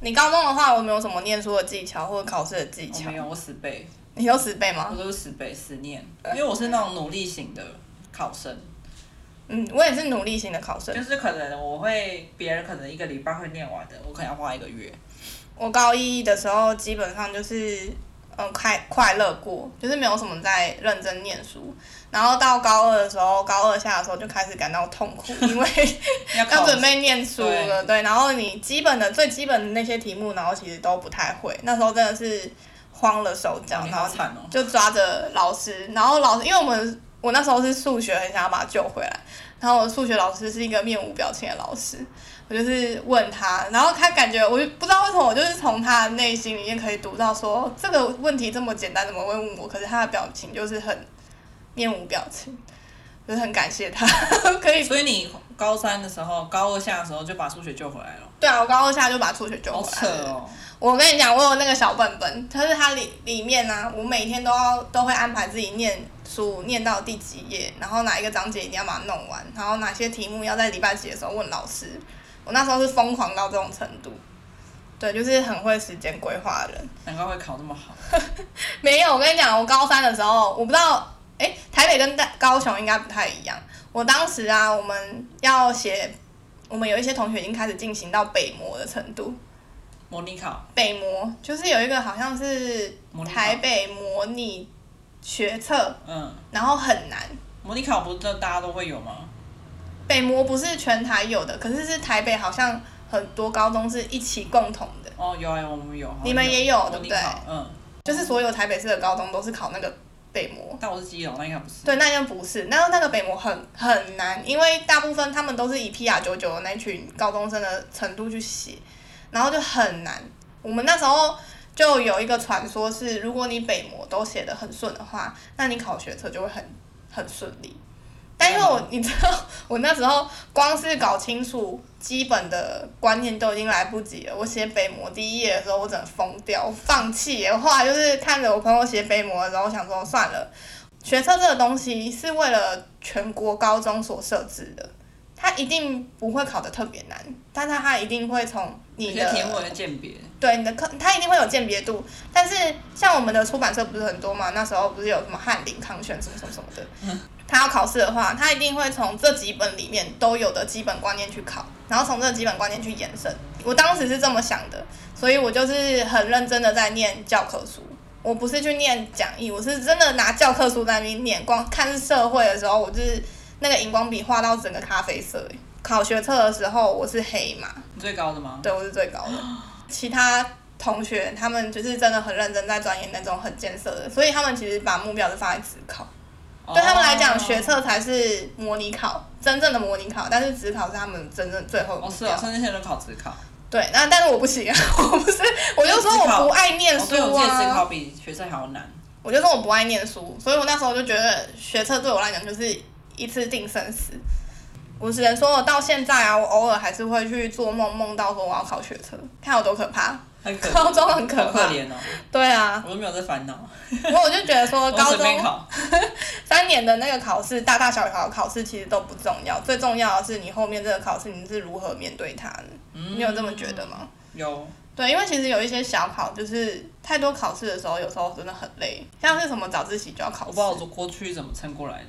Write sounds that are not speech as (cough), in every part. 你高中的话，我没有什么念书的技巧或者考试的技我巧哦没，有，嗯我死背，你有死背我吗？都是死背死念，呃因为我是那种努力型的考生，嗯，我也是努力型的考生就。是可能我会别人可能一个礼拜会念完的，我可能要花一个月。我高一的时候基本上就是嗯开快乐过，就是没有什么在认真念书。然后到高二的时候，高二下的时候就开始感到痛 (laughs) 苦，因为要考要准备念书了，对，然后你基本的最基本的那些题目，然后其实都不太会，那时候真的是慌了手脚，你然好后惨哦，就抓着老师，然后老师因为我们我那时候是数学，很想要把他救回来，然后我数学老师是一个面无表情的老师，我就是问他，然后他感觉我就不知道为什么，我就是从他的内心里面可以读到说这个问题这么简单，怎么会问我？可是他的表情就是很面无表情，就是很感谢他 (laughs) 可以。所以你高三的时候，高二下的时候就把数学救回来了，对啊，我高二下就把数学救好回扯来了。哦。我跟你讲，我有那个小本本，可是它里里面呢、我每天都要都会安排自己念书，念到第几页，然后哪一个章节一定要把它弄完，然后哪些题目要在礼拜几的时候问老师。我那时候是疯狂到这种程度，对，就是很会时间规划的人。难怪会考那么好，没有，我跟你讲，我高三的时候，我不知道，哎、台北跟大高雄应该不太一样。我当时啊，我们要写，我们有一些同学已经开始进行到北模的程度，模拟考北模，就是有一个好像是模拟考台北模拟学测，嗯，然后很难。模拟考不是都大家都会有吗？北模不是全台有的，可是是台北好像很多高中是一起共同的，哦，有啊，有我们有，好像你们也有模对不拟对考嗯，就是所有台北市的高中都是考那个北模。但我是基隆，那应该不是。对，那样不是，那那个北模很很难，因为大部分他们都是以 PR 九九的那群高中生的程度去写，然后就很难。我们那时候就有一个传说是，如果你北模都写的很顺的话，那你考学测就会很很顺利。但因为我你知道，我那时候光是搞清楚基本的观念都已经来不及了。我写北模第一页的时候，我整个疯掉，我放弃耶。我后来就是看着我朋友写北模的时候，我想说算了，学测这个东西是为了全国高中所设置的，它一定不会考得特别难，但是它一定会从有你些的题目有些鉴别，对你的课，它一定会有鉴别度。但是像我们的出版社不是很多嘛，那时候不是有什么翰林、康轩什么什么什么的。他要考试的话，他一定会从这几本里面都有的基本观念去考，然后从这基本观念去延伸。我当时是这么想的，所以我就是很认真的在念教科书。我不是去念讲义，我是真的拿教科书在那边念。光看社会的时候，我就是那个荧光笔画到整个咖啡色。欸考学测的时候，我是黑马，你最高的吗？对，我是最高的。其他同学他们就是真的很认真在钻研那种很艰涩的，所以他们其实把目标是放在职考。对他们来讲，哦学测才是模拟考，真正的模拟考，但是职考是他们真正最后的目哦是标。哦，甚至现在都考职考。对，那但是我不行啊， (laughs) 我不是，我就说我不爱念哦书对，我记得职啊，考比学测还要难。我就说我不爱念书，所以我那时候就觉得学测对我来讲就是一次定生死。我只能说，我到现在啊，我偶尔还是会去做梦，梦到说我要考学测，看有多可怕。很可高中很可好可怕怜哦，对啊，我都没有在烦恼，不过我就觉得说，我高随便中考。三年的那个考试，大大小小的考试其实都不重要，最重要的是你后面这个考试你是如何面对它的。你有这么觉得嗯吗？有，对，因为其实有一些小考，就是太多考试的时候，有时候真的很累，像是什么早自习就要考我不试知。道我过去怎么撑过来的。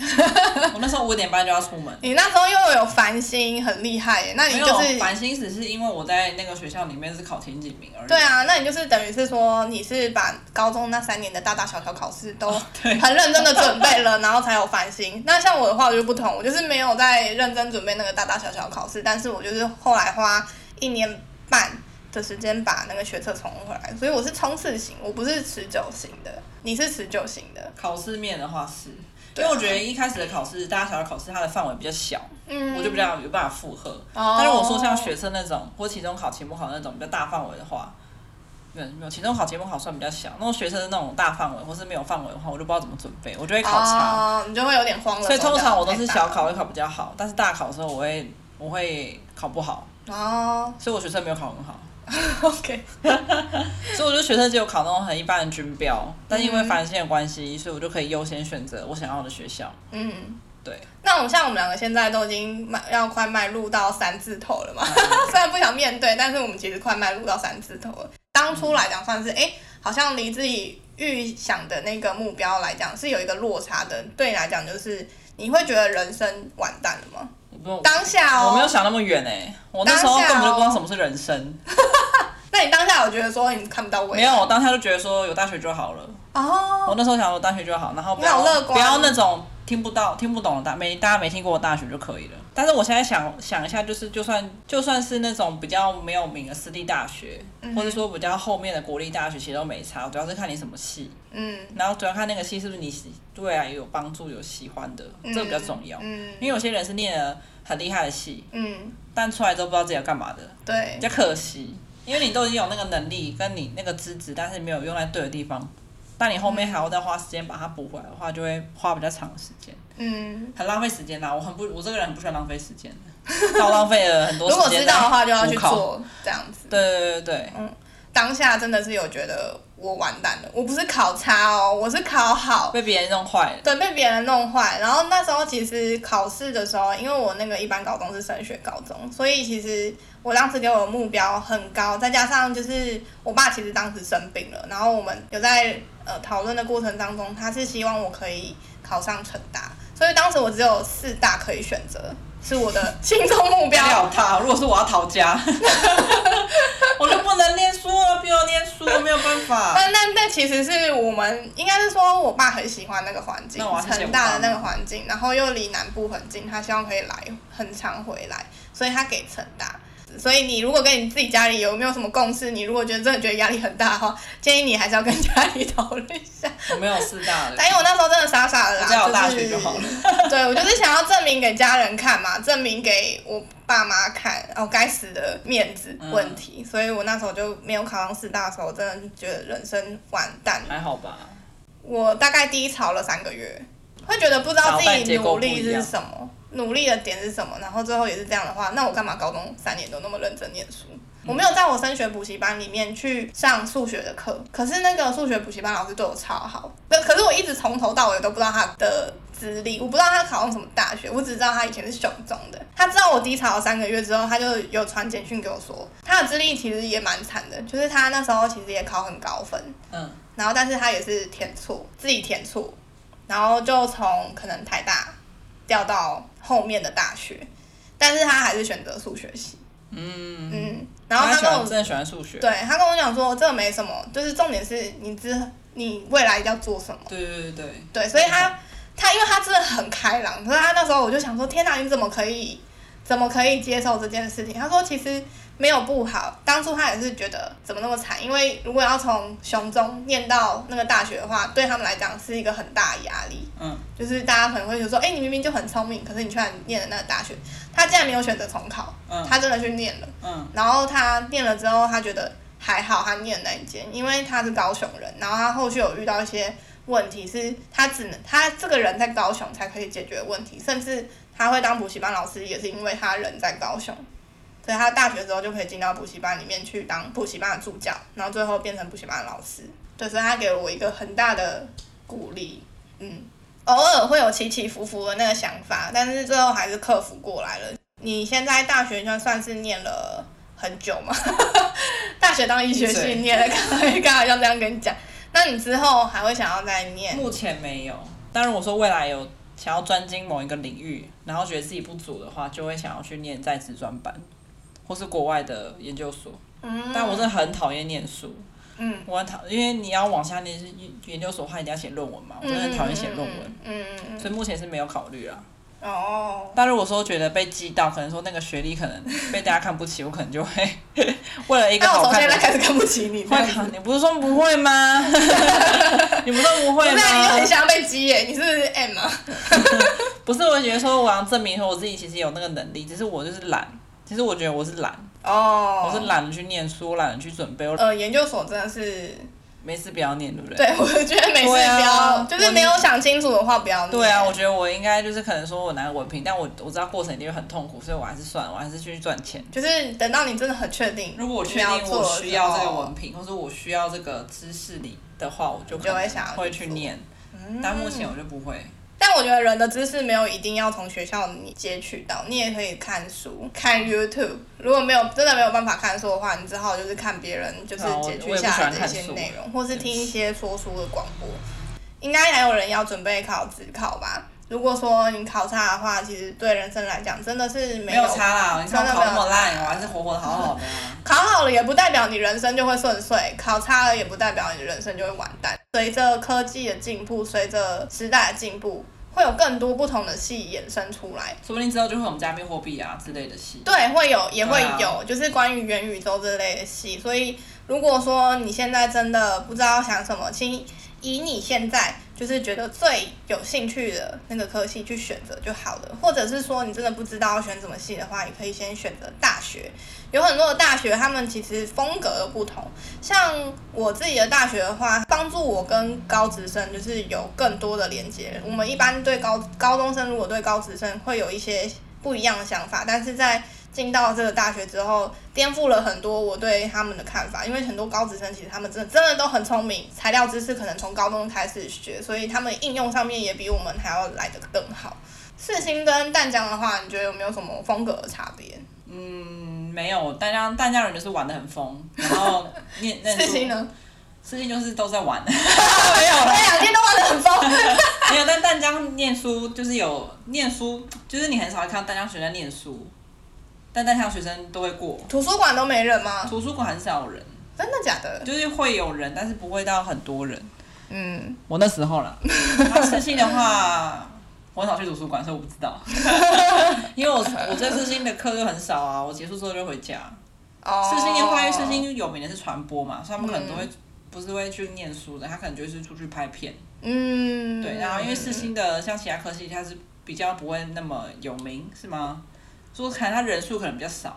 我那时候五点半就要出门，你那时候又有烦心，很厉害耶。那没你有就是烦心只是因为我在那个学校里面是考前几名而已。对啊，那你就是等于是说，你是把高中那三年的大大小小考试都哦对很认真的准备了，然后才有烦心。那像我的话，我就不同，我就是没有在认真准备那个大大小小考试，但是我就是后来花一年半的时间把那个学测重回来，所以我是冲刺型，我不是持久型的。你是持久型的，考试面的话是，因对为啊我觉得一开始的考试，大家小的考试它的范围比较小，嗯，我就比较有办法负荷。哦但是我说像学生那种，或期中考、期末考那种比较大范围的话，没有没有，期中考、期末考算比较小。那种学生的那种大范围或是没有范围的话，我就不知道怎么准备，我就会考差。哦，你就会有点慌了。所以通常我都手是脚太大小考会考比较好，但是大考的时候我会我会考不好，哦所以我学生没有考很好。 ，OK，所以我就学生只有考那种很一般的军标，但因为繁星的关系，所以我就可以优先选择我想要的学校。嗯，对，那我们像我们两个现在都已经迈要快迈入到三字头了嘛，嗯 (laughs) 虽然不想面对，但是我们其实快迈入到三字头了。当初来讲算是哎、诶好像离自己预想的那个目标来讲是有一个落差的。对你来讲，就是你会觉得人生完蛋了吗？我不用，当下我没有哦，想那么远哎、我那时候当下根本就不知道哦什么是人生，那你当下有觉得说你看不到未没来？有，我当下就觉得说有大学就好了。哦，我那时候想我大学就好，然后不要你好乐观哦不要那种听不到、听不懂的大没大家没听过的大学就可以了。但是我现在想想一下，就是就算就算是那种比较没有名的私立大学，嗯或者说比较后面的国立大学，其实都没差，主要是看你什么系，嗯然后主要看那个系是不是你喜对啊有帮助、有喜欢的，这个比较重要。嗯因为有些人是念了很厉害的系，嗯，但出来之后不知道自己要干嘛的，对比，较可惜，因为你都已经有那个能力跟你那个资质，但是没有用在对的地方，但你后面还要再花时间把它补回来的话，就会花比较长的时间，嗯。很浪费时间啦。我很不，我这个人很不喜欢浪费时间的，到浪费了很多如时果间。知道的话，就要去。做这样子。对对对对，当下真的是有觉得我完蛋了，我不是考差哦，我是考好，被别人弄坏了。对，被别人弄坏。然后那时候其实考试的时候，因为我那个一般高中是升学高中，所以其实我当时给我的目标很高，再加上就是我爸其实当时生病了，然后我们有在呃讨论的过程当中，他是希望我可以考上成大，所以当时我只有四大可以选择，是我的心中目 (laughs) 标。要他，如果是我要逃家，我就不能念书了，不要念书，没有办法。但但但其实是我们应该是说，我爸很喜欢那个环境那我，还是成大的那个环境，然后又离南部很近，他希望可以来很常回来，所以他给成大。所以你如果跟你自己家里有没有什么共识，你如果觉得真的觉得压力很大的话，建议你还是要跟 (laughs) 家里讨论一下。我没有四大了，但因为我那时候真的傻傻的我只要啦，有大学就好了。对我就是想要证明给家人看嘛，证明给我爸妈看，哦，该死的面子嗯问题，所以我那时候就没有考上四大的时候，我真的就觉得人生完蛋了。还好吧。我大概低潮了三个月，会觉得不知道自己努力是什么，努力的点是什么，然后最后也是这样的话，那我干嘛高中三年都那么认真念书？我没有在我升学补习班里面去上数学的课，可是那个数学补习班老师对我超好，可可是我一直从头到尾都不知道他的资历，我不知道他考上什么大学，我只知道他以前是雄中的。他知道我低潮了三个月之后，他就有传简讯给我说，他的资历其实也蛮惨的，就是他那时候其实也考很高分，嗯，然后但是他也是填错，自己填错，然后就从可能台大调到后面的大学，但是他还是选择数学系。嗯然后我还他喜跟欢我真的喜欢数学。对他跟我讲说，这没什么，就是重点是你之你未来要做什么。对对对对。对，所以他他因为他真的很开朗，所以他那时候我就想说，天哪，你怎么可以怎么可以接受这件事情？他说其实没有不好，当初他也是觉得怎么那么惨，因为如果要从雄中念到那个大学的话，对他们来讲是一个很大的压力。嗯，就是大家可能会觉得说，哎、你明明就很聪明，可是你居然念了那个大学，他竟然没有选择重考，嗯他真的去念了。嗯然后他念了之后，他觉得还好，他念那一间，因为他是高雄人，然后他后续有遇到一些问题，是他只能他这个人在高雄才可以解决的问题，甚至他会当补习班老师，也是因为他人在高雄，所以他大学之后就可以进到补习班里面去当补习班的助教，然后最后变成补习班的老师，对，所以他给了我一个很大的鼓励，嗯。偶尔会有起起伏伏的那个想法，但是最后还是克服过来了。你现在大学就算是念了很久嘛，大学当医学系对念了，刚才刚才要这样跟你讲。那你之后还会想要再念？目前没有。但如果说未来有想要专精某一个领域，然后觉得自己不足的话，就会想要去念在职专班，或是国外的研究所。嗯，但我真的很讨厌念书，嗯，我很讨，因为你要往下念是研究所的话，一定要写论文嘛，我真的很讨厌写论文，嗯。嗯嗯所以目前是没有考虑啊。嗯，哦，但如果说觉得被激到，可能说那个学历可能被大家看不起，我可能就会 (laughs) 为了一个哎那我好从看现在的。开始看不起你，会考，你不是说不 (laughs) 会吗？你不是说不不会是吗？啊，你又很想要被激耶？你是不是 M 啊？不是，我觉得说我要证明说我自己其实有那个能力，只是我就是懒。其实我觉得我是懒，哦，我是懒得去念书，我懒得去准备，我呃，研究所真的是，没事不要念，对不对？对我觉得没事不对啊要，就是没有我想清楚的话不要念。对啊，我觉得我应该就是可能说我拿个文凭，但我我知道过程一定会很痛苦，所以我还是算了，我还是去赚钱。就是等到你真的很确定，如果我确定我需要这个文，凭，或者我需要这个知识里的话，我就可就会能想要去会去做嗯念。但目前我就不会。但我我觉得人的知识没有一定要从学校你截取到，你也可以看书、看 YouTube。如果没有真的没有办法看书的话，你只好就是看别人就是对啊我截我取也不下来喜欢的一看些书内容，或是听一些说书的广播。应该还有人要准备考职考吧？如果说你考差的话，其实对人生来讲真的是没没有差啦，你看我真的考那没有么烂，差我还是活活的好好 (laughs) 的啊。考好了也不代表你人生就会顺遂，考差了也不代表你人生就会完蛋。随着科技的进步，随着时代的进步，会有更多不同的戏衍生出来。说不定之后就会有我们加密货币啊之类的戏。对，会有也会对啊有，就是关于元宇宙这类的戏。所以，如果说你现在真的不知道想什么，请以你现在就是觉得最有兴趣的那个科系去选择就好了。或者是说你真的不知道要选什么系的话，也可以先选择大学。有很多的大学，他们其实风格都不同。像我自己的大学的话，帮助我跟高职生就是有更多的连接。我们一般对高高中生，如果对高职生会有一些不一样的想法，但是在进到这个大学之后，颠覆了很多我对他们的看法。因为很多高职生其实他们真的真的都很聪明，材料知识可能从高中开始学，所以他们应用上面也比我们还要来得更好。四星跟淡江的话，你觉得有没有什么风格的差别？嗯，没有，大家大家人就是玩的很疯，然后念念四星书，呢？啊事情就是都在玩。 (laughs) 没啊有，这两天都玩得很疯。没有，但淡江念书就是有念书，就是你很少会看到淡江学生念书，但淡江学生都会过。图书馆都没人吗？图书馆很少人，真的假的？就是会有人，但是不会到很多人。嗯，我那时候 (laughs) 啦，然后刺青的话，我很少去图书馆，所以我不知道。 (laughs) 因为我我在刺青的课就很少啊，我结束之后就回家。哦，刺青的话，因为刺青有名的是传播嘛，所以他们可能都会、不是会去念书的，他可能就是出去拍片。嗯，对，然后因为世新的像其他科系，它是比较不会那么有名，是吗？说可能它人数可能比较少，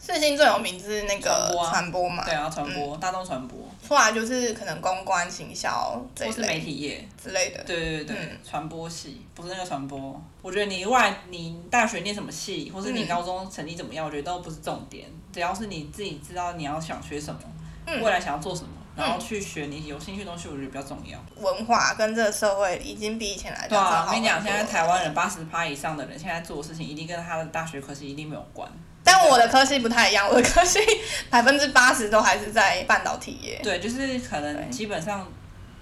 世新最有名就是那传个播啊传播嘛，对啊，传播、大众传播出来就是可能公关、行销这或一是媒类体业，之类的。对对对对嗯，传、播系不是那个传播。我觉得你外你大学念什么系，或是你嗯高中成绩怎么样，我觉得都不是重点，只要是你自己知道你要想学什么，未来想要做什么，然后去学你有兴趣的东西，我觉得比较重要。文化跟这个社会已经比以前来的对啊，好我跟你讲，很现多在台湾人八十趴以上的人，现在做的事情一定跟他的大学科系一定没有关。但我的科系不太一样，我的科系 (laughs) 百分之八十都还是在半导体业。对，就是可对能基本上，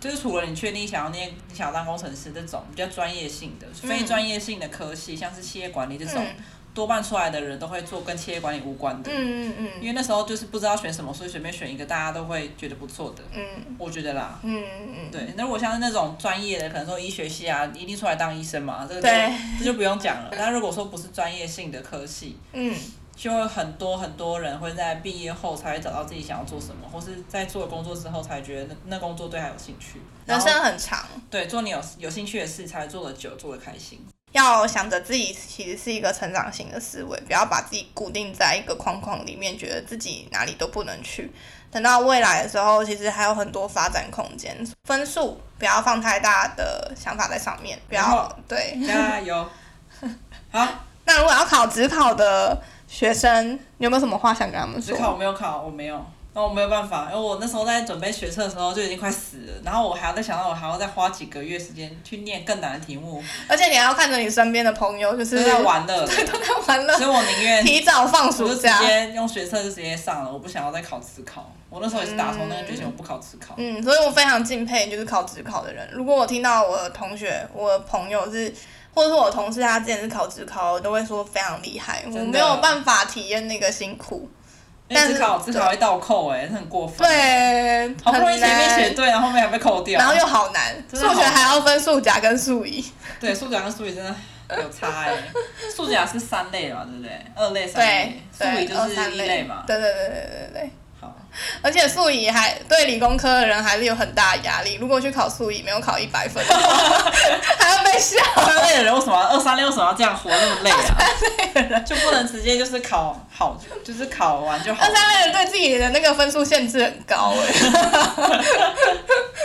就是除了你确定想要念、你想要当工程师这种比较专业性的、非专业性的科系，像是企业管理这种，嗯多半出来的人都会做跟企业管理无关的。嗯嗯因为那时候就是不知道选什么，所以随便选一个大家都会觉得不错的，嗯我觉得啦。嗯嗯嗯，对，那如果像是那种专业的，可能说医学系啊，一定出来当医生嘛，这个就对这就不用讲了。但如果说不是专业性的科系，嗯就会很多很多人会在毕业后才会找到自己想要做什么，或是在做了工作之后才觉得那那工作对他有兴趣。然人后生很长，对做你有有兴趣的事，才做得久，做得开心。要想着自己其实是一个成长型的思维，不要把自己固定在一个框框里面，觉得自己哪里都不能去。等到未来的时候，其实还有很多发展空间。分数不要放太大的想法在上面，不然要后对。加油！ (laughs) 好，那如果要考职考的学生，你有没有什么话想跟他们只考我说？没有考，我没有。那我没有办法，因为我那时候在准备学测的时候就已经快死了，然后我还要再想到我还要再花几个月时间去念更难的题目，而且你还要看着你身边的朋友，就是都在玩乐，对， (laughs) 都在玩乐 (laughs) 所，以我宁 (laughs) 愿提早放我就暑直假。接用学测就直接上了，我不想要再考自考。我那时候也是打从那个决心，我不考自考。嗯，所以我非常敬佩就是考职考的人。如果我听到我的同学、我的朋友是，或者是我同事他之前是考职考，我都会说非常厉害。的我没有办法体验那个辛 (laughs) 苦，因为但是自哎考自考会倒扣、欸，哎，很过分。，对，好不容易很前面难写，对，然后后面还被扣掉。然后又好难，数真的好学难还要分数甲跟数乙。对数甲跟数理 (laughs) 真的有差哎、欸，数甲是三类嘛，对不对？二类、三呃对类，数对，理就二三是一类嘛。对对对对对对。好，而且数乙还对理工科的人还是有很大的压力。如果去考数乙没有考一百分的话， (laughs) 还要被笑。三类的人为什么要二三类为什么要这样活那么累啊？就不能直接就是考好，就是考完就好二，三类人对自己的那个分数限制很高哎、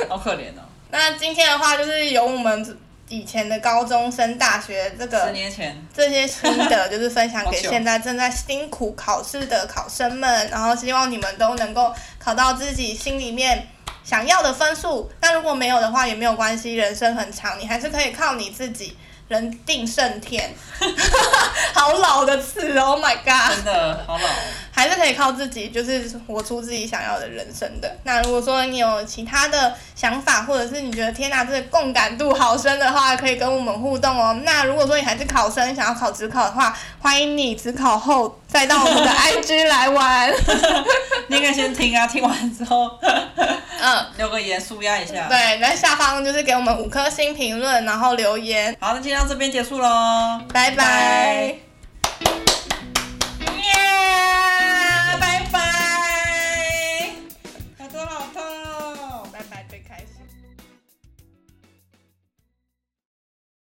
好可怜哦。 (laughs) 那今天的话，就是由我们以前的高中生、大学这十个年前，这些心得，就是分享给好久现在正在辛苦考试的考生们，然后希望你们都能够考到自己心里面。想要的分数。那如果没有的话也没有关系，人生很长，你还是可以靠你自己，人定胜天。好老的词，Oh my god！真的好老。 (laughs) 还是可以靠自己，就是活出自己想要的人生的。那如果说你有其他的想法，或者是你觉得天哪、这个共感度好深的话，可以跟我们互动哦。那如果说你还是考生，想要考职考的话，欢迎你职考后再到我们 (laughs) 的 IG 来玩。你应该先听啊，听完之后 (laughs) (laughs) 嗯，留个言舒压一下。对，在下方就是给我们五颗星评论，然后留言。好，那今天到这边结束喽，拜拜